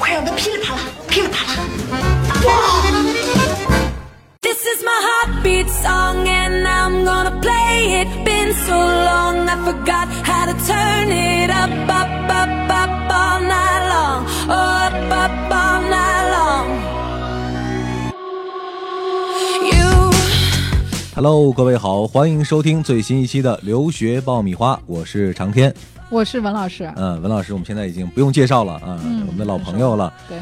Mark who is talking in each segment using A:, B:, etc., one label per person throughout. A: 快让它噼里啪啦，噼里啪啦。
B: This is my heartbeat song, and I'm gonna play it. Been so long, I forgot how to turn it up, up, up, up all night long. Oh, up, up all night long. You.
C: ”Hello，各位好，欢迎收听最新一期的留学爆米花，我是长天。
D: 我是文老师。
C: 嗯，文老师，我们现在已经不用介绍了啊、
D: 嗯
C: 我们的老朋友了。
D: 对，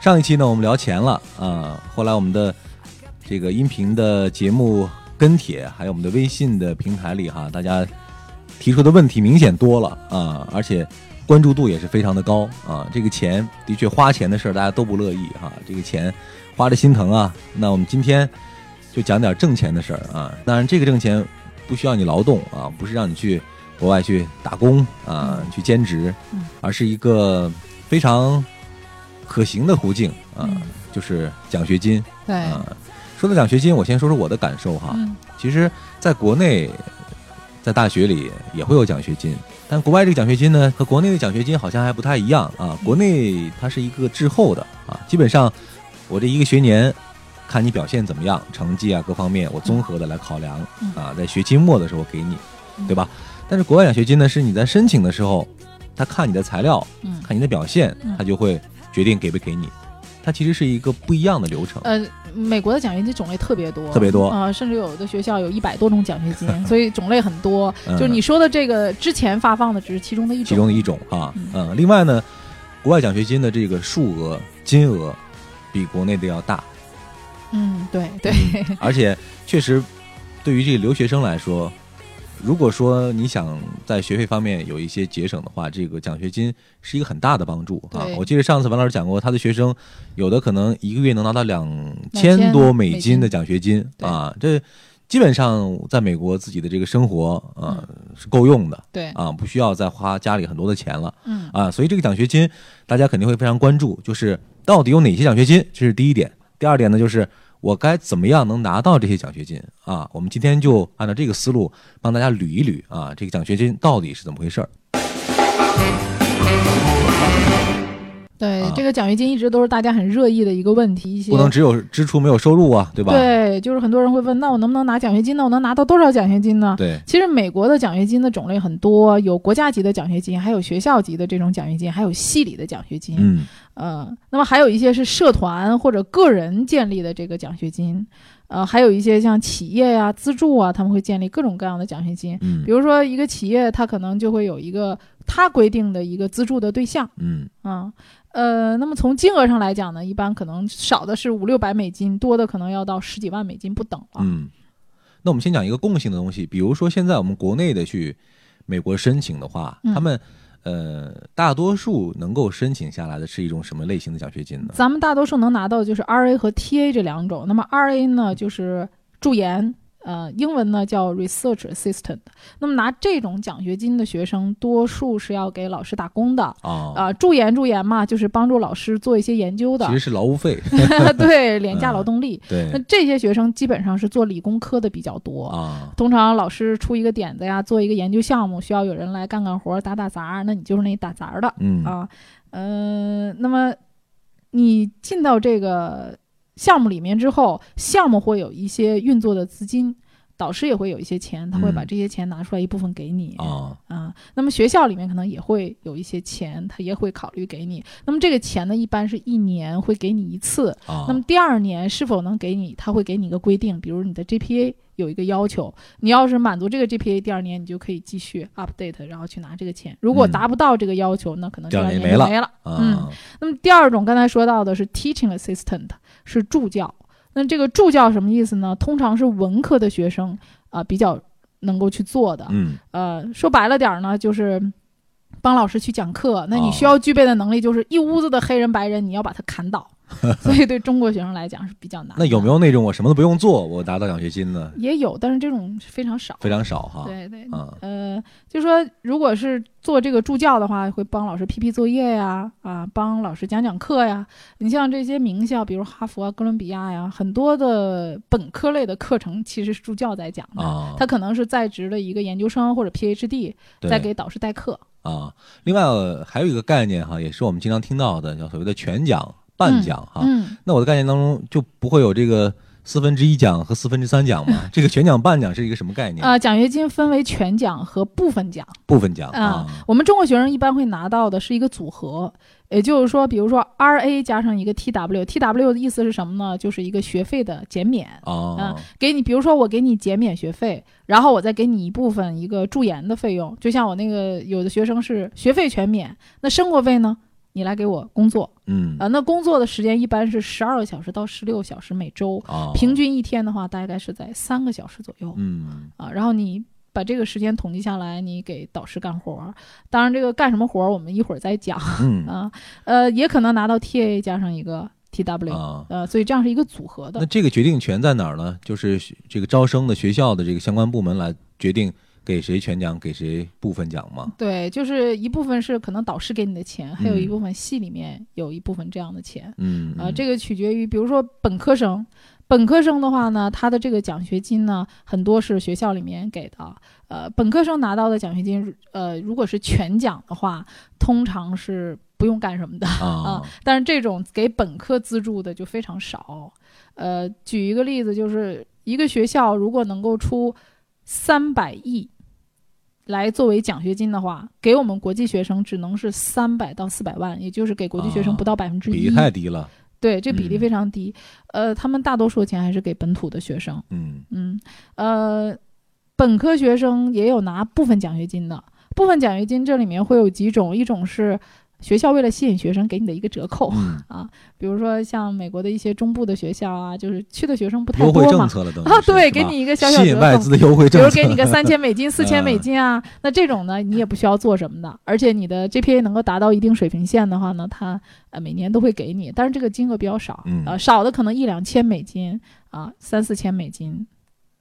C: 上一期呢，我们聊钱了啊、后来我们的这个音频的节目跟帖，还有我们的微信的平台里哈，大家提出的问题明显多了啊、而且关注度也是非常的高啊、这个钱的确花钱的事儿，大家都不乐意哈、这个钱花着心疼啊。那我们今天就讲点挣钱的事儿啊。当然，这个挣钱不需要你劳动啊，不是让你去国外去打工啊，去兼职，而是一个非常可行的途径啊，就是奖学金
D: 对，
C: 啊。说到奖学金，我先说说我的感受哈。
D: 嗯
C: 其实，在国内，在大学里也会有奖学金，但国外这个奖学金呢，和国内的奖学金好像还不太一样啊。
D: 嗯
C: 国内它是一个滞后的啊，基本上我这一个学年，看你表现怎么样，成绩啊各方面，我综合的来考量
D: 嗯
C: 啊，在学期末的时候给你，对吧？但是国外奖学金呢，是你在申请的时候，他看你的材料，
D: 嗯，
C: 看你的表现
D: 嗯，
C: 他就会决定给不给你。它其实是一个不一样的流程。
D: 呃，美国的奖学金种类特别多，
C: 特别多
D: 啊、甚至有的学校有一百多种奖 学金，所以种类很多。
C: 嗯
D: 就是你说的这个之前发放的只是其中的一种，
C: 其中的一种啊
D: 嗯。
C: 嗯，另外呢，国外奖学金的这个数额金额比国内的要 大，
D: 嗯，对对，
C: 而且确实对于这个留学生来说，如果说你想在学费方面有一些节省的话，这个奖学金是一个很大的帮助啊
D: 对。
C: 我记得上次王老师讲过，他的学生有的可能一个月能拿到两
D: 2000
C: 多美金的
D: 美金
C: 奖学金啊，这基本上在美国自己的这个生活啊、是够用的
D: 对，
C: 啊，不需要再花家里很多的钱了。
D: 嗯
C: 啊，所以这个奖学金大家肯定会非常关注，就是到底有哪些奖学金，这是第一点。第二点呢，就是我该怎么样能拿到这些奖学金啊？我们今天就按照这个思路帮大家捋一捋啊，这个奖学金到底是怎么回事儿？
D: 对、
C: 啊
D: 这个奖学金一直都是大家很热议的一个问题，一些
C: 不能只有支出没有收入啊，对吧？
D: 对，就是很多人会问，那我能不能拿奖学金呢？我能拿到多少奖学金呢？
C: 对
D: 其实美国的奖学金的种类很多，有国家级的奖学金，还有学校级的这种奖学金，还有系里的奖学金。
C: 嗯，
D: 呃，那么还有一些是社团或者个人建立的这个奖学金，呃，还有一些像企业呀、资助啊，他们会建立各种各样的奖学金。
C: 嗯
D: 比如说，一个企业它可能就会有一个它规定的一个资助的对象
C: 嗯
D: 啊、呃，那么从金额上来讲呢，一般可能少的是五六百美金，多的可能要到十几万美金不等了。
C: 嗯。那我们先讲一个共性的东西，比如说现在我们国内的去美国申请的话，
D: 嗯
C: 他们呃大多数能够申请下来的是一种什么类型的奖学金呢？
D: 咱们大多数能拿到的就是 RA 和 TA 这两种。那么 RA 呢，就是助研，呃，英文呢叫 Research Assistant。那么拿这种奖学金的学生，多数是要给老师打工的。
C: 啊、
D: 啊、助研助研嘛，就是帮助老师做一些研究的
C: 其实，是劳务费，
D: 对，廉价劳动力。
C: 对
D: 那这些学生基本上是做理工科的比较多，
C: 啊，
D: 通常老师出一个点子呀，做一个研究项目，需要有人来干干活、打打杂儿，那你就是那打杂儿的。
C: 嗯
D: 啊，嗯、那么你进到这个项目里面之后，项目会有一些运作的资金，导师也会有一些钱，他会把
C: 嗯
D: 这些钱拿出来一部分给你。
C: 啊，
D: 啊，那么学校里面可能也会有一些钱，他也会考虑给你。那么这个钱呢，一般是一年会给你一次，
C: 啊
D: 那么第二年是否能给你，他会给你一个规定，比如你的 GPA 有一个要求，你要是满足这个 GPA，第二年你就可以继续 update，然后去拿这个钱。如果
C: 嗯
D: 达不到这个要求，那可能
C: 第
D: 第
C: 二
D: 二
C: 年
D: 年
C: 没
D: 就
C: 了
D: 没了。
C: 啊，
D: 那么第二种刚才说到的是 teaching assistant，是助教。那这个助教什么意思呢？通常是文科的学生啊、比较能够去做的。
C: 嗯
D: 呃，说白了点儿呢，就是帮老师去讲课，那
C: 哦
D: 你需要具备的能力就是一屋子的黑人白人，你要把他 砍倒，所以对中国学生来讲是比较难的。
C: 那有没有那种我什么都不用做，我拿到奖学金呢？
D: 也有，但是这种非常少。
C: 非常少哈。
D: 对对，
C: 嗯，
D: 呃，就说如果是做这个助教的话，会帮老师批批作业呀，啊，帮老师讲讲课呀。你像这些名校，比如哈佛啊、哥伦比亚呀，很多的本科类的课程其实是助教在讲的，
C: 啊，
D: 嗯他可能是在职的一个研究生或者 PhD
C: 对
D: 在给导师代课。
C: 啊。另外呃还有一个概念哈，也是我们经常听到的，叫所谓的全奖、半奖哈。
D: 嗯，
C: 那我的概念当中就不会有这个四分之一奖和四分之三奖嘛？ 这个全奖、半奖是一个什么概念？
D: 呃，奖学金分为全奖和部分奖。
C: 部分奖
D: 啊
C: 啊，
D: 我们中国学生一般会拿到的是一个组合，也就是说，比如说 RA 加上一个 TW，TW 的意思是什么呢？就是一个学费的减免。
C: 啊
D: 嗯，给你，比如说我给你减免学费，然后我再给你一部分一个助研的费用。就像我那个有的学生是学费全免，那生活费呢？你来给我工作
C: 嗯
D: 啊、呃那工作的时间一般是十二个小时到十六小时每周，
C: 啊，
D: 平均一天的话大概是在三个小时左右
C: 嗯
D: 啊、然后你把这个时间统计下来，你给导师干活儿。当然，这个干什么活儿我们一会儿再讲啊、
C: 嗯
D: 呃，也可能拿到 TA 加上一个 TW，、
C: 啊。
D: 呃，所以这样是一个组合的
C: 那。这个决定权在哪儿呢？就是学这个招生的学校的这个相关部门来决定给谁全奖，给谁部分奖吗？
D: 对，就是一部分是可能导师给你的钱，还有一
C: 嗯
D: 部分系里面有一部分这样的钱。
C: 嗯
D: 呃，
C: 嗯
D: 这个取决于，比如说本科生，本科生的话呢，他的这个奖学金呢，很多是学校里面给的。呃，本科生拿到的奖学金，呃，如果是全奖的话，通常是不用干什么的。
C: 啊
D: 啊，但是这种给本科资助的就非常少。呃，举一个例子，就是一个学校如果能够出三百亿来作为奖学金的话，给我们国际学生只能是三百到四百万，也就是给国际学生
C: 啊
D: 不到百分之
C: 比
D: 一
C: 例。太低了。
D: 对，这比例
C: 嗯
D: 非常低。呃，他们大多数的钱还是给本土的学生。
C: 嗯
D: 嗯，呃，本科学生也有拿部分奖学金的。部分奖学金这里面会有几种，一种是学校为了吸引学生给你的一个折扣，
C: 嗯，
D: 比如说像美国的一些中部的学校啊，就是去的学生不 太
C: 优惠
D: 多嘛
C: 政， 策了等于
D: 啊，
C: 是
D: 对，
C: 是
D: 给
C: 吧
D: 你一个小小
C: 吸引
D: 折
C: 外
D: 扣
C: 资。的优惠
D: 比
C: 政
D: 如
C: 策，
D: 给你个 三千美金、四千美
C: 嗯
D: 金啊，那这种呢，你也不需要做什么的，而且你的 GPA 能够达到一定水平线的话呢，它呃每年都会给你，但是这个金额比较少，
C: 嗯
D: 呃少的可能一两千美金啊、三四千美金，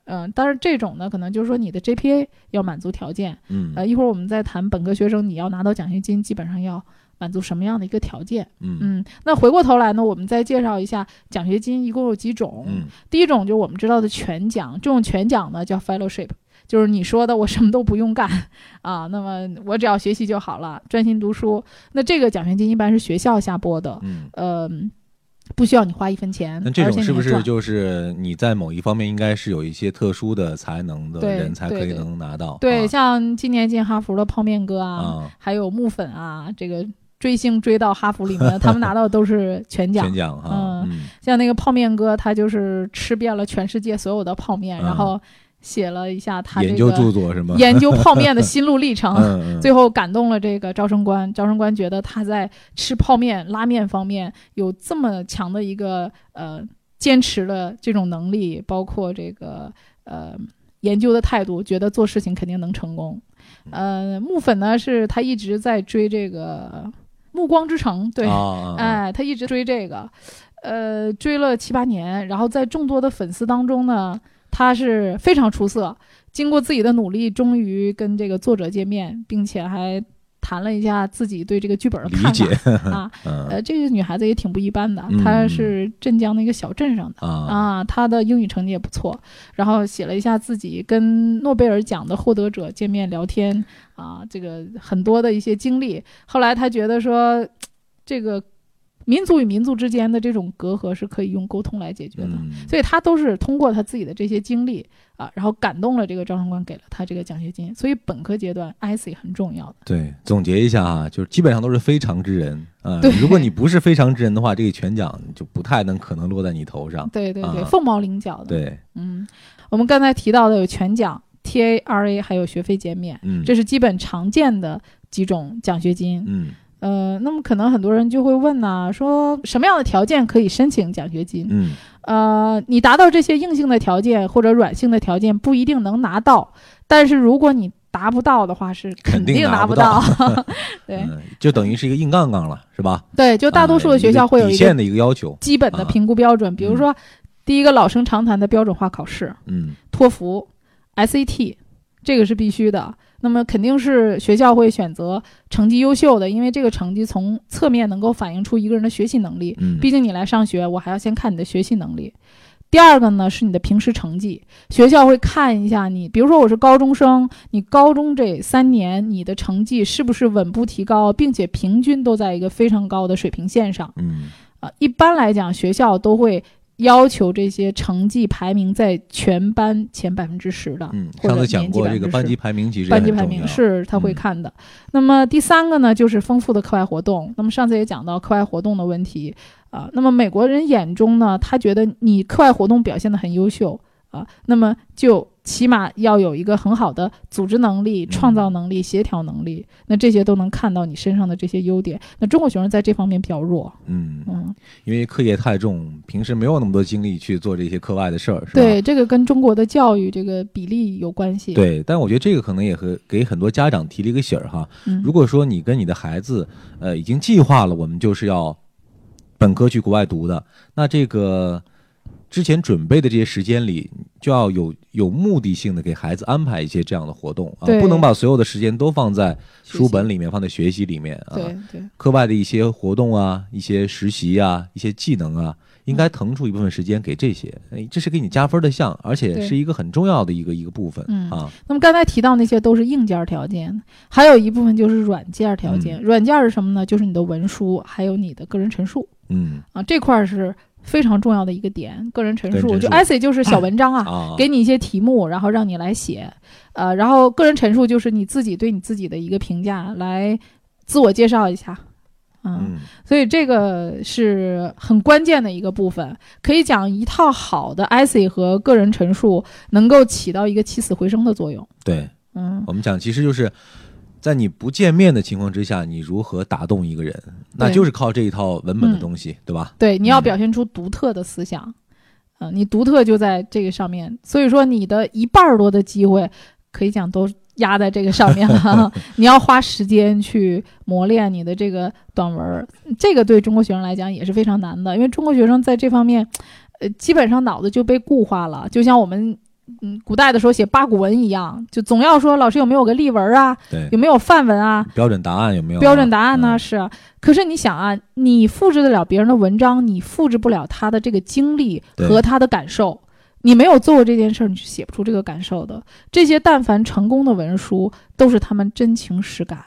D: 嗯、但是这种呢，可能就是说你的 GPA 要满足条件，
C: 嗯
D: 呃，一会儿我们再谈本科学生你要拿到奖学金，基本上要满足什么样的一个条件。
C: 嗯
D: 嗯，那回过头来呢，我们再介绍一下奖学金一共有几种。
C: 嗯
D: 第一种就是我们知道的全奖，这种全奖呢叫 fellowship，就是你说的我什么都不用干啊，那么我只要学习就好了，专心读书。那这个奖学金一般是学校下拨的，
C: 嗯。
D: 呃，不需要你花一分钱。
C: 那这
D: 而
C: 种
D: 且你
C: 是不
D: 还
C: 是
D: 赚
C: 就是你在某一方面应该是有一些特殊的才能的
D: 对
C: 人才
D: 对
C: 可以
D: 对
C: 能拿到？
D: 对，
C: 啊
D: 像今年进哈佛的泡面哥啊，
C: 啊，
D: 还有木粉啊，这个追星追到哈佛里面，他们拿到的都是 全奖
C: 全。奖哈，嗯
D: 像那个泡面哥，他就是吃遍了全世界所有的泡面，
C: 嗯
D: 然后写了一下他这
C: 研究著
D: 个
C: 作是吗？
D: 研究 泡面的心路历程，
C: 嗯，嗯
D: 最后感动了这个招生官。招生官觉得他在吃泡面、拉面方面有这么强的一个呃坚持的这种能力，包括这个呃研究的态度，觉得做事情肯定能成功。呃，木粉呢是他一直在追这个《暮光之城》，对，
C: 啊，啊
D: 哎，他一直追这个，呃，追了七八年，然后在众多的粉丝当中呢，他是非常出色。经过自己的努力，终于跟这个作者见面，并且还谈了一下自己对这个剧本的
C: 理
D: 看
C: 解
D: 法啊。
C: 嗯
D: 呃，这个女孩子也挺不一般的，
C: 嗯
D: 她是镇江的一个小镇上的。
C: 啊
D: 啊，她的英语成绩也不错，然后写了一下自己跟诺贝尔奖的获得者见面聊天啊，这个很多的一些经历。后来她觉得说，这个民族与民族之间的这种隔阂是可以用沟通来解决的，
C: 嗯，
D: 所以她都是通过她自己的这些经历啊，然后感动了这个招生官，给了她这个奖学金。所以本科阶段 IC 很重要的。
C: 对，总结一下啊，就是基本上都是非常之人啊
D: 对。
C: 如果你不是非常之人的话，这个全奖就不太能可能落在你头上。
D: 对对对，
C: 啊
D: 凤毛麟角的。，
C: 对，
D: 嗯，我们刚才提到的有全奖、TA、RA，还有学费减免。
C: 嗯，
D: 这是基本常见的几种奖学金。
C: 嗯
D: 呃，那么可能很多人就会问呐、说什么样的条件可以申请奖学金？
C: 嗯
D: 呃，你达到这些硬性的条件或者软性的条件不一定能拿到，但是如果你达不到的话是
C: 肯定
D: 定
C: 达
D: 达
C: 不
D: 到。 对、
C: 嗯，就等于是一个硬杠杠了，是吧？
D: 对，就大多数的学校会有
C: 啊
D: 一
C: 底
D: 个
C: 线的一个要求，
D: 基本的
C: 啊
D: 评估标准，比如说第一个老生常谈的标准化考试，
C: 嗯
D: 托福、SAT，这个是必须的。那么肯定是学校会选择成绩优秀的，因为这个成绩从侧面能够反映出一个人的学习能力。
C: 嗯，
D: 毕竟你来上学，我还要先看你的学习能力。第二个呢是你的平时成绩，学校会看一下你，比如说我是高中生，你高中这三年你的成绩是不是稳步提高，并且平均都在一个非常高的水平线上。
C: 嗯
D: 啊，一般来讲，学校都会要求这些成绩排名在全班前百分之十的，
C: 嗯，
D: 啊或
C: 上
D: 者
C: 次讲
D: 年级
C: 过
D: 百
C: 这
D: 分
C: 个
D: 之
C: 班级
D: 十。
C: 排名其实也
D: 班级
C: 很
D: 排
C: 重
D: 名
C: 要，
D: 是他会
C: 嗯
D: 看的。那么第三个呢，就是丰富的课外活动。那么上次也讲到课外活动的问题啊、那么美国人眼中呢，他觉得你课外活动表现得很优秀啊、那么就起码要有一个很好的组织能
C: 嗯
D: 力、创造能力、协调能力。那这些都能看到你身上的这些优点。那中国学生在这方面比较弱，
C: 嗯，
D: 嗯。
C: 因为课业太重，平时没有那么多精力去做这些课外的事儿，是吧？
D: 对，这个跟中国的教育这个比例有关系。，
C: 对，但我觉得这个可能也和给很多家长提了一个醒儿哈。
D: 嗯
C: 如，果说你跟你的孩子，呃，已经计划了，我们就是要本科去国外读的，那这个之前准备的这些时间里，就要有有目的性的给孩子安排一些这样的活动啊，
D: 对
C: 不能把所有的时间都放在
D: 学
C: 书
D: 习
C: 本里面，放在学习里面啊。
D: 对对
C: 课外的一些活动啊，一些实习啊，一些技能啊，应
D: 嗯
C: 该腾出一部分时间给这些，哎这是给你加分的项，而且
D: 对
C: 是一个很重要的一个一个部分
D: 嗯
C: 啊。
D: 那么刚才提到那些都是硬件儿条件，还有一部分就是软件儿条
C: 嗯
D: 件。软件儿是什么呢？就是你的文书，还有你的个人陈述
C: 嗯
D: 啊，这块儿是非常重要的一个点。个人陈
C: 个人
D: 述，
C: 陈
D: 就
C: 述
D: essay 就是小文章啊，
C: 啊，
D: 给你一些题目，然后让你来写，呃，然后个人陈述就是你自己对你自己的一个评价，来自我介绍一下，嗯
C: 嗯
D: 所以这个是很关键的一个部分，可以讲一套好的 essay 和个人陈述能够起到一个起死回生的作用。
C: 对。
D: 嗯，
C: 我们讲其实就是在你不见面的情况之下，你如何打动一个人，那就是靠这一套文
D: 嗯
C: 本的东西，对吧？
D: 对，你要
C: 嗯
D: 表现出独特的思想，嗯、你独特就在这个上面，所以说你的一半儿多的机会，可以讲都压在这个上面了。你要花时间去磨练你的这个短文儿，这个对中国学生来讲也是非常难的，因为中国学生在这方面，呃，基本上脑子就被固化了，就像我们。嗯，古代的时候写八股文一样，就总要说老师有没有个例文啊，
C: 对，
D: 有没有范文啊，
C: 标准答案有没有啊？
D: 标准答案呢、
C: 嗯
D: 是啊，可是你想啊，你复制得了别人的文章，你复制不了他的这个经历
C: 对
D: 和他的感受。你没有做过这件事儿，你是写不出这个感受的。这些但凡成功的文书，都是他们真情实感。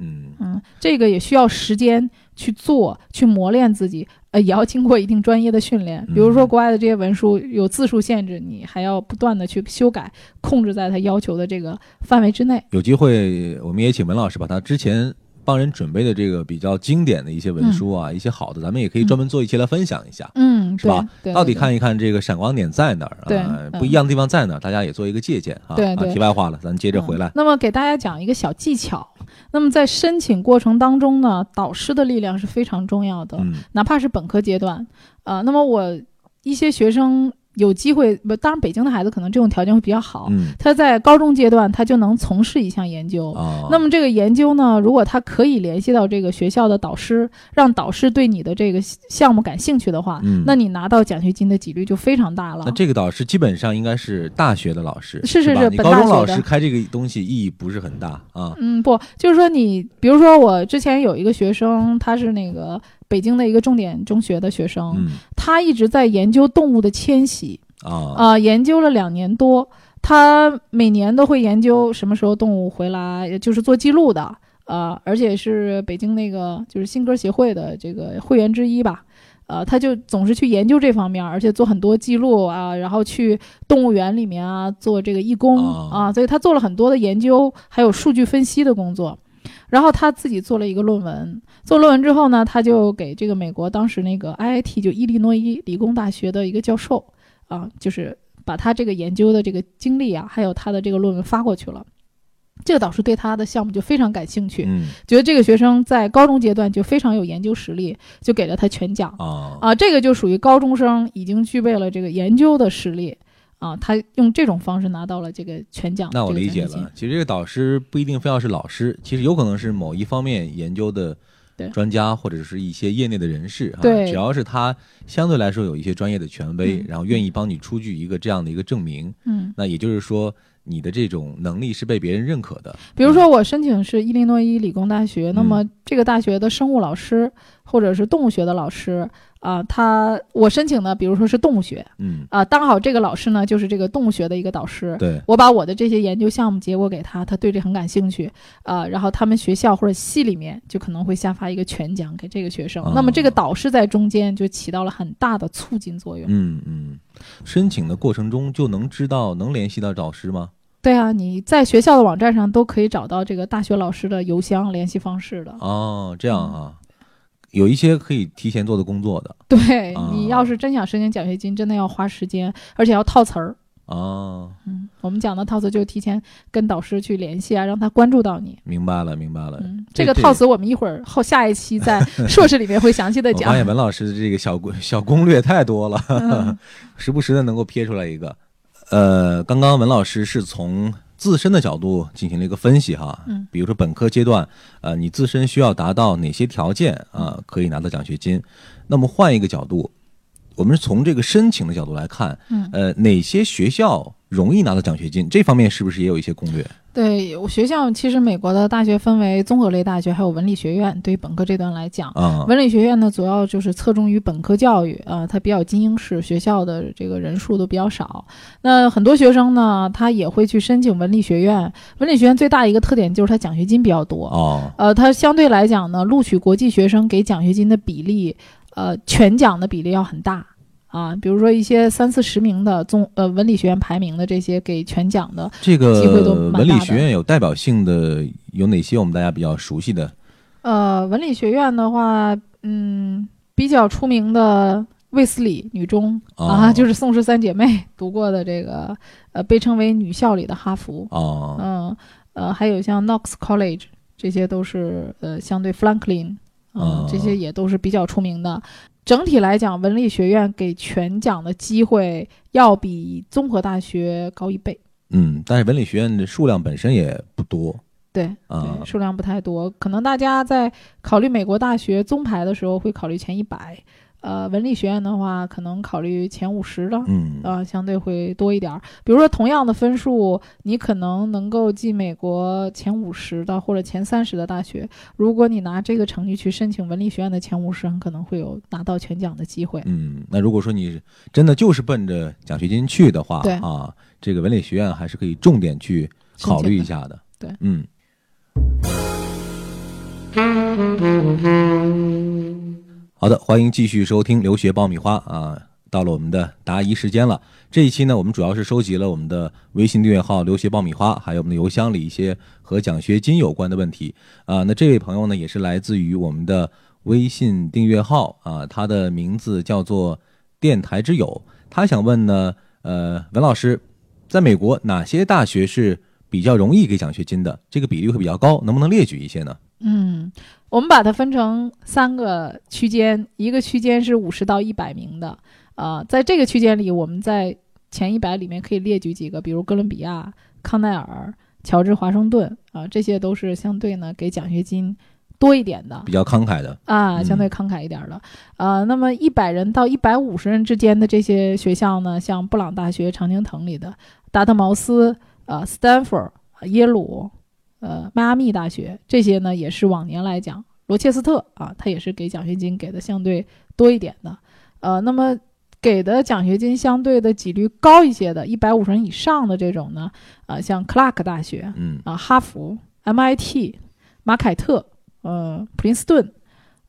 C: 嗯，
D: 嗯，这个也需要时间去做，去磨练自己，呃，也要经过一定专业的训练。比如说
C: 嗯
D: 国外的这些文书有字数限制，你还要不断的去修改，控制在他要求的这个范围之内。
C: 有机会我们也请文老师把他之前。帮人准备的这个比较经典的一些文书啊，一些好的，咱们也可以专门做一期来分享一下，
D: 嗯，
C: 是吧
D: 对？对
C: 到底
D: 对
C: 看一看这个闪光点在哪儿
D: 对
C: 啊
D: 嗯？
C: 不一样的地方在哪儿？大家也做一个借鉴啊。
D: 对
C: 啊
D: 对
C: 题外话了，咱接着回来
D: 嗯。那么给大家讲一个小技巧。那么在申请过程当中呢，导师的力量是非常重要的，
C: 嗯
D: 哪怕是本科阶段。呃，那么我一些学生有机会，不，当然北京的孩子可能这种条件会比较好，
C: 嗯
D: 他在高中阶段他就能从事一项研究。
C: 啊，
D: 那么这个研究呢，如果他可以联系到这个学校的导师，让导师对你的这个项目感兴趣的话，
C: 嗯
D: 那你拿到奖学金的几率就非常大了。
C: 那这个导师基本上应该是大学的老师，
D: 是是
C: 吧
D: 是
C: 你
D: 本
C: 高
D: 大
C: 中
D: 学
C: 老
D: 的
C: 师开这个东西意义不是很大啊。
D: 嗯，不，就是说你，比如说我之前有一个学生，他是那个北京的一个重点中学的学生，
C: 嗯
D: 他一直在研究动物的迁徙，
C: 啊
D: 啊、研究了两年多，他每年都会研究什么时候动物回来，也就是做记录的，呃，而且是北京那个就是新歌协会的这个会员之一吧。呃，他就总是去研究这方面，而且做很多记录啊，然后去动物园里面啊做这个义工、
C: 哦
D: 啊，所以他做了很多的研究，还有数据分析的工作。然后他自己做了一个论文，做论文之后呢，他就给这个美国当时那个 IIT 就伊利诺伊理工大学的一个教授啊，就是把他这个研究的这个经历啊，还有他的这个论文发过去了。这个导师对他的项目就非常感兴趣，
C: 嗯
D: 觉得这个学生在高中阶段就非常有研究实力，就给了他全奖
C: 啊
D: 啊。这个就属于高中生已经具备了这个研究的实力啊，他用这种方式拿到了这个全奖。
C: 那我
D: 哦这个
C: 理
D: 奖
C: 解
D: 学金
C: 了，其实这个导师不一定非要是老师，其实有可能是某一方面研究的
D: 对
C: 专家或者是一些业内的人士啊。
D: 对
C: 只要是他相对来说有一些专业的权威，
D: 嗯
C: 然后愿意帮你出具一个这样的一个证明，
D: 嗯，
C: 那也就是说你的这种能力是被别人认可的。
D: 比如说我申请是伊利诺伊理工大学，那
C: 嗯
D: 么这个大学的生物老师或者是动物学的老师啊、他我申请的，比如说是动物学
C: 嗯，
D: 啊、刚好这个老师呢就是这个动物学的一个导师，
C: 对，
D: 我把我的这些研究项目结果给他，他对这很感兴趣啊、然后他们学校或者系里面就可能会下发一个全奖给这个学生。
C: 哦
D: 那么这个导师在中间就起到了很大的促进作用。
C: 嗯嗯，申请的过程中就能知道能联系到导师吗？
D: 对啊，你在学校的网站上都可以找到这个大学老师的邮箱联系方式的。
C: 哦，这样啊，有一些可以提前做的工作的
D: 对
C: 哦
D: 你要是真想申请奖学金，真的要花时间，而且要套词儿。
C: 哦，
D: 嗯，我们讲的套词就是提前跟导师去联系啊，让他关注到你。
C: 明白了，明白了。
D: 嗯，
C: 这
D: 这个
C: 这
D: 套词我们一会儿后下一期 在硕士里面会详细的
C: 我发
D: 讲。
C: 现文老师的这个小攻 小攻略太多了，
D: 嗯
C: 时不时的能够撇出来一个。呃，刚刚文老师是从自身的角度进行了一个分析哈，
D: 嗯，
C: 比如说本科阶段，呃，你自身需要达到哪些条件啊、
D: 嗯
C: 可以拿到奖学金？那么换一个角度，我们是从这个申请的角度来看，
D: 嗯
C: 呃，哪些学校容易拿到奖学金？这方面是不是也有一些攻略？
D: 对，我学校其实美国的大学分为综合类大学还有文理学院。对于本科这段来讲，
C: 啊、
D: 文理学院呢主要就是侧重于本科教育啊、它比较精英式，学校的这个人数都比较少。那很多学生呢，他也会去申请文理学院。文理学院最大一个特点就是它奖学金比较多，
C: 哦，
D: 呃，它相对来讲呢，录取国际学生给奖学金的比例，呃，全奖的比例要很大啊。比如说一些三四十名的综呃文理学院排名的这些给全奖的，
C: 这
D: 机会都
C: 个
D: 蛮
C: 文
D: 大
C: 理
D: 的
C: 学院有代表性的有哪些？我们大家比较熟悉的
D: 呃，文理学院的话，嗯，比较出名的卫斯理女中、
C: 哦
D: 啊，就是宋氏三姐妹读过的这个，呃，被称为女校里的哈佛，
C: 哦，
D: 嗯，呃，还有像 Knox College，这些都是呃相对 Franklin，嗯、
C: 哦
D: 这些也都是比较出名的。整体来讲，文理学院给全奖的机会要比综合大学高一倍，
C: 嗯，但是文理学院的数量本身也不多
D: 对，
C: 啊
D: 对，。数量不太多。可能大家在考虑美国大学综排的时候会考虑前一百，呃，文理学院的话可能考虑前五十了。
C: 嗯，
D: 呃，相对会多一点儿。比如说，同样的分数，你可能能够进美国前五十的或者前三十的大学。如果你拿这个成绩去申请文理学院的前五十，很可能会有拿到全奖的机会。
C: 嗯，那如果说你真的就是奔着奖学金去的话
D: 对，
C: 啊，这个文理学院还是可以重点去考虑一下的。
D: 申请的对，
C: 嗯。好的，欢迎继续收听《留学爆米花》啊，到了我们的答疑时间了。这一期呢，我们主要是收集了我们的微信订阅号“留学爆米花”，还有我们的邮箱里一些和奖学金有关的问题啊。那这位朋友呢，也是来自于我们的微信订阅号啊，他的名字叫做“电台之友”。他想问呢，呃，文老师，在美国哪些大学是比较容易给奖学金的？这个比例会比较高，能不能列举一些呢？
D: 嗯，我们把它分成三个区间，一个区间是五十到一百名的，呃，在这个区间里，我们在前一百里面可以列举几个，比如哥伦比亚、康奈尔、乔治华盛顿啊、这些都是相对呢给奖学金多一点的。
C: 比较慷慨的，
D: 啊，相对
C: 嗯
D: 慷慨一点儿的。呃，那么一百人到一百五十人之间的这些学校呢，像布朗大学常青藤里的达特茅斯、呃，斯坦福、耶鲁、呃，迈阿密大学这些呢，也是往年来讲，罗切斯特啊，它也是给奖学金给的相对多一点的。呃，那么给的奖学金相对的几率高一些的，一百五十人以上的这种呢，呃，像克拉克大学，
C: 嗯
D: 啊，哈佛、MIT、马凯特、呃，普林斯顿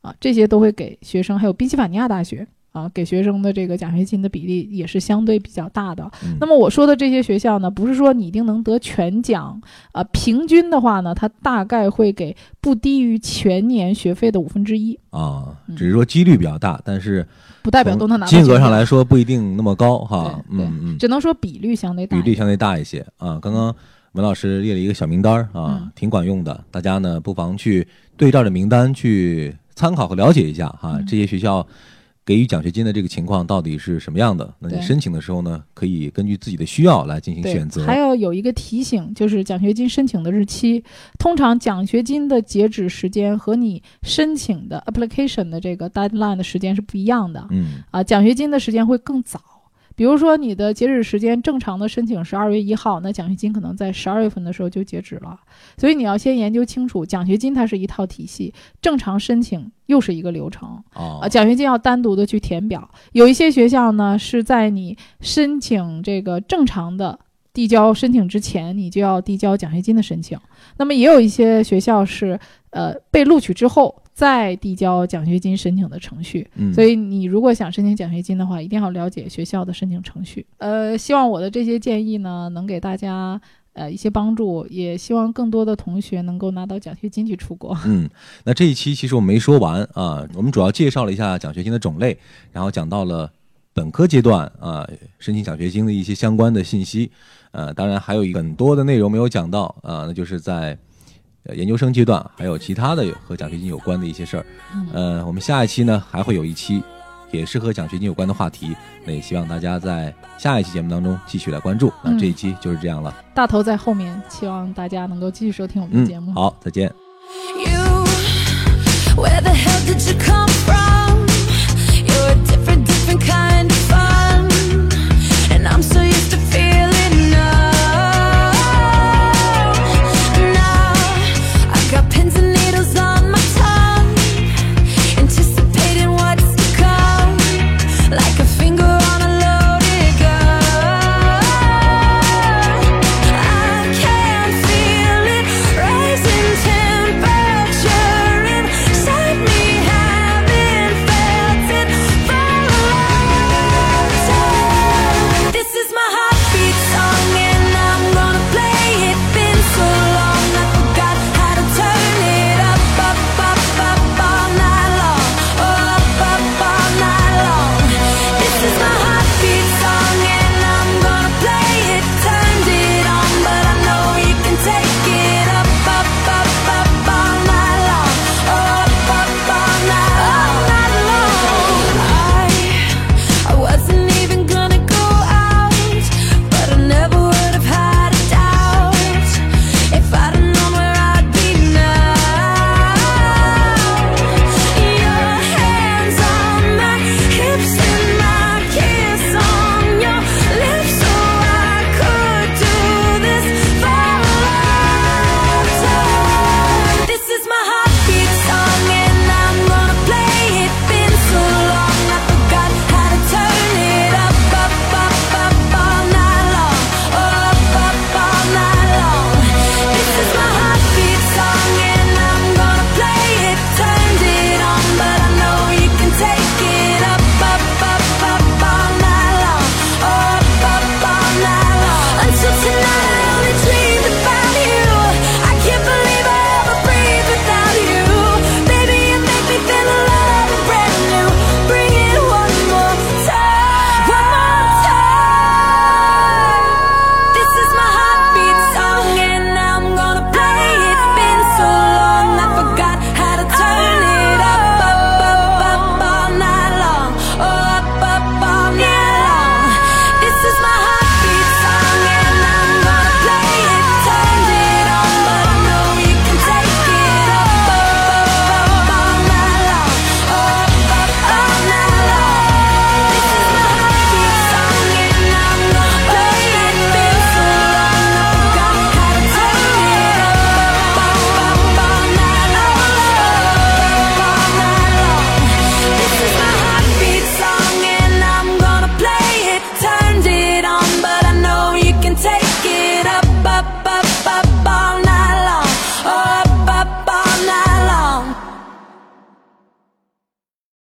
D: 啊，这些都会给学生，还有宾夕法尼亚大学啊，给学生的这个奖学金的比例也是相对比较大的。
C: 嗯
D: 那么我说的这些学校呢，不是说你一定能得全奖，啊，平均的话呢，它大概会给不低于全年学费的五分之一，
C: 啊，
D: 嗯
C: 只是说几率比较大，但是
D: 不代表都能拿到
C: 金额
D: 全
C: 上
D: 奖
C: 来，说不一定那么高哈。
D: 对对
C: 嗯嗯，
D: 只能说比率相对大
C: 比
D: 一
C: 例
D: 点。
C: 相对大一些啊。刚刚文老师列了一个小名单儿啊，
D: 嗯
C: 挺管用的，大家呢不妨去对照着名单去参考和了解一下哈、
D: 嗯
C: 这些学校给予奖学金的这个情况到底是什么样的。那你
D: 对
C: 申请的时候呢，可以根据自己的需要来进行
D: 对，
C: 选择。
D: 还要有一个提醒，就是奖学金申请的日期，通常奖学金的截止时间和你申请的 application 的这个 deadline 的时间是不一样的。
C: 嗯
D: 啊，奖学金的时间会更早。比如说你的截止时间正常的申请是二月一号，那奖学金可能在十二月份的时候就截止了，所以你要先研究清楚，奖学金它是一套体系，正常申请又是一个流程
C: 哦
D: 啊，奖学金要单独的去填表，有一些学校呢是在你申请这个正常的。递交申请之前，你就要递交奖学金的申请。那么也有一些学校是，呃，被录取之后再递交奖学金申请的程序。
C: 嗯，
D: 所以你如果想申请奖学金的话，一定要了解学校的申请程序。呃，希望我的这些建议呢，能给大家呃一些帮助，也希望更多的同学能够拿到奖学金去出国。
C: 嗯，那这一期其实我们没说完啊，我们主要介绍了一下奖学金的种类，然后讲到了本科阶段啊申请奖学金的一些相关的信息，呃，当然还有很多的内容没有讲到啊，那就是在呃研究生阶段还有其他的和奖学金有关的一些事儿。呃，我们下一期呢还会有一期也是和奖学金有关的话题，那也希望大家在下一期节目当中继续来关注。那
D: 嗯
C: 这一期就是这样了，
D: 大头在后面，希望大家能够继续收听我们的
C: 嗯，
D: 节目。
C: 好，再见。
B: You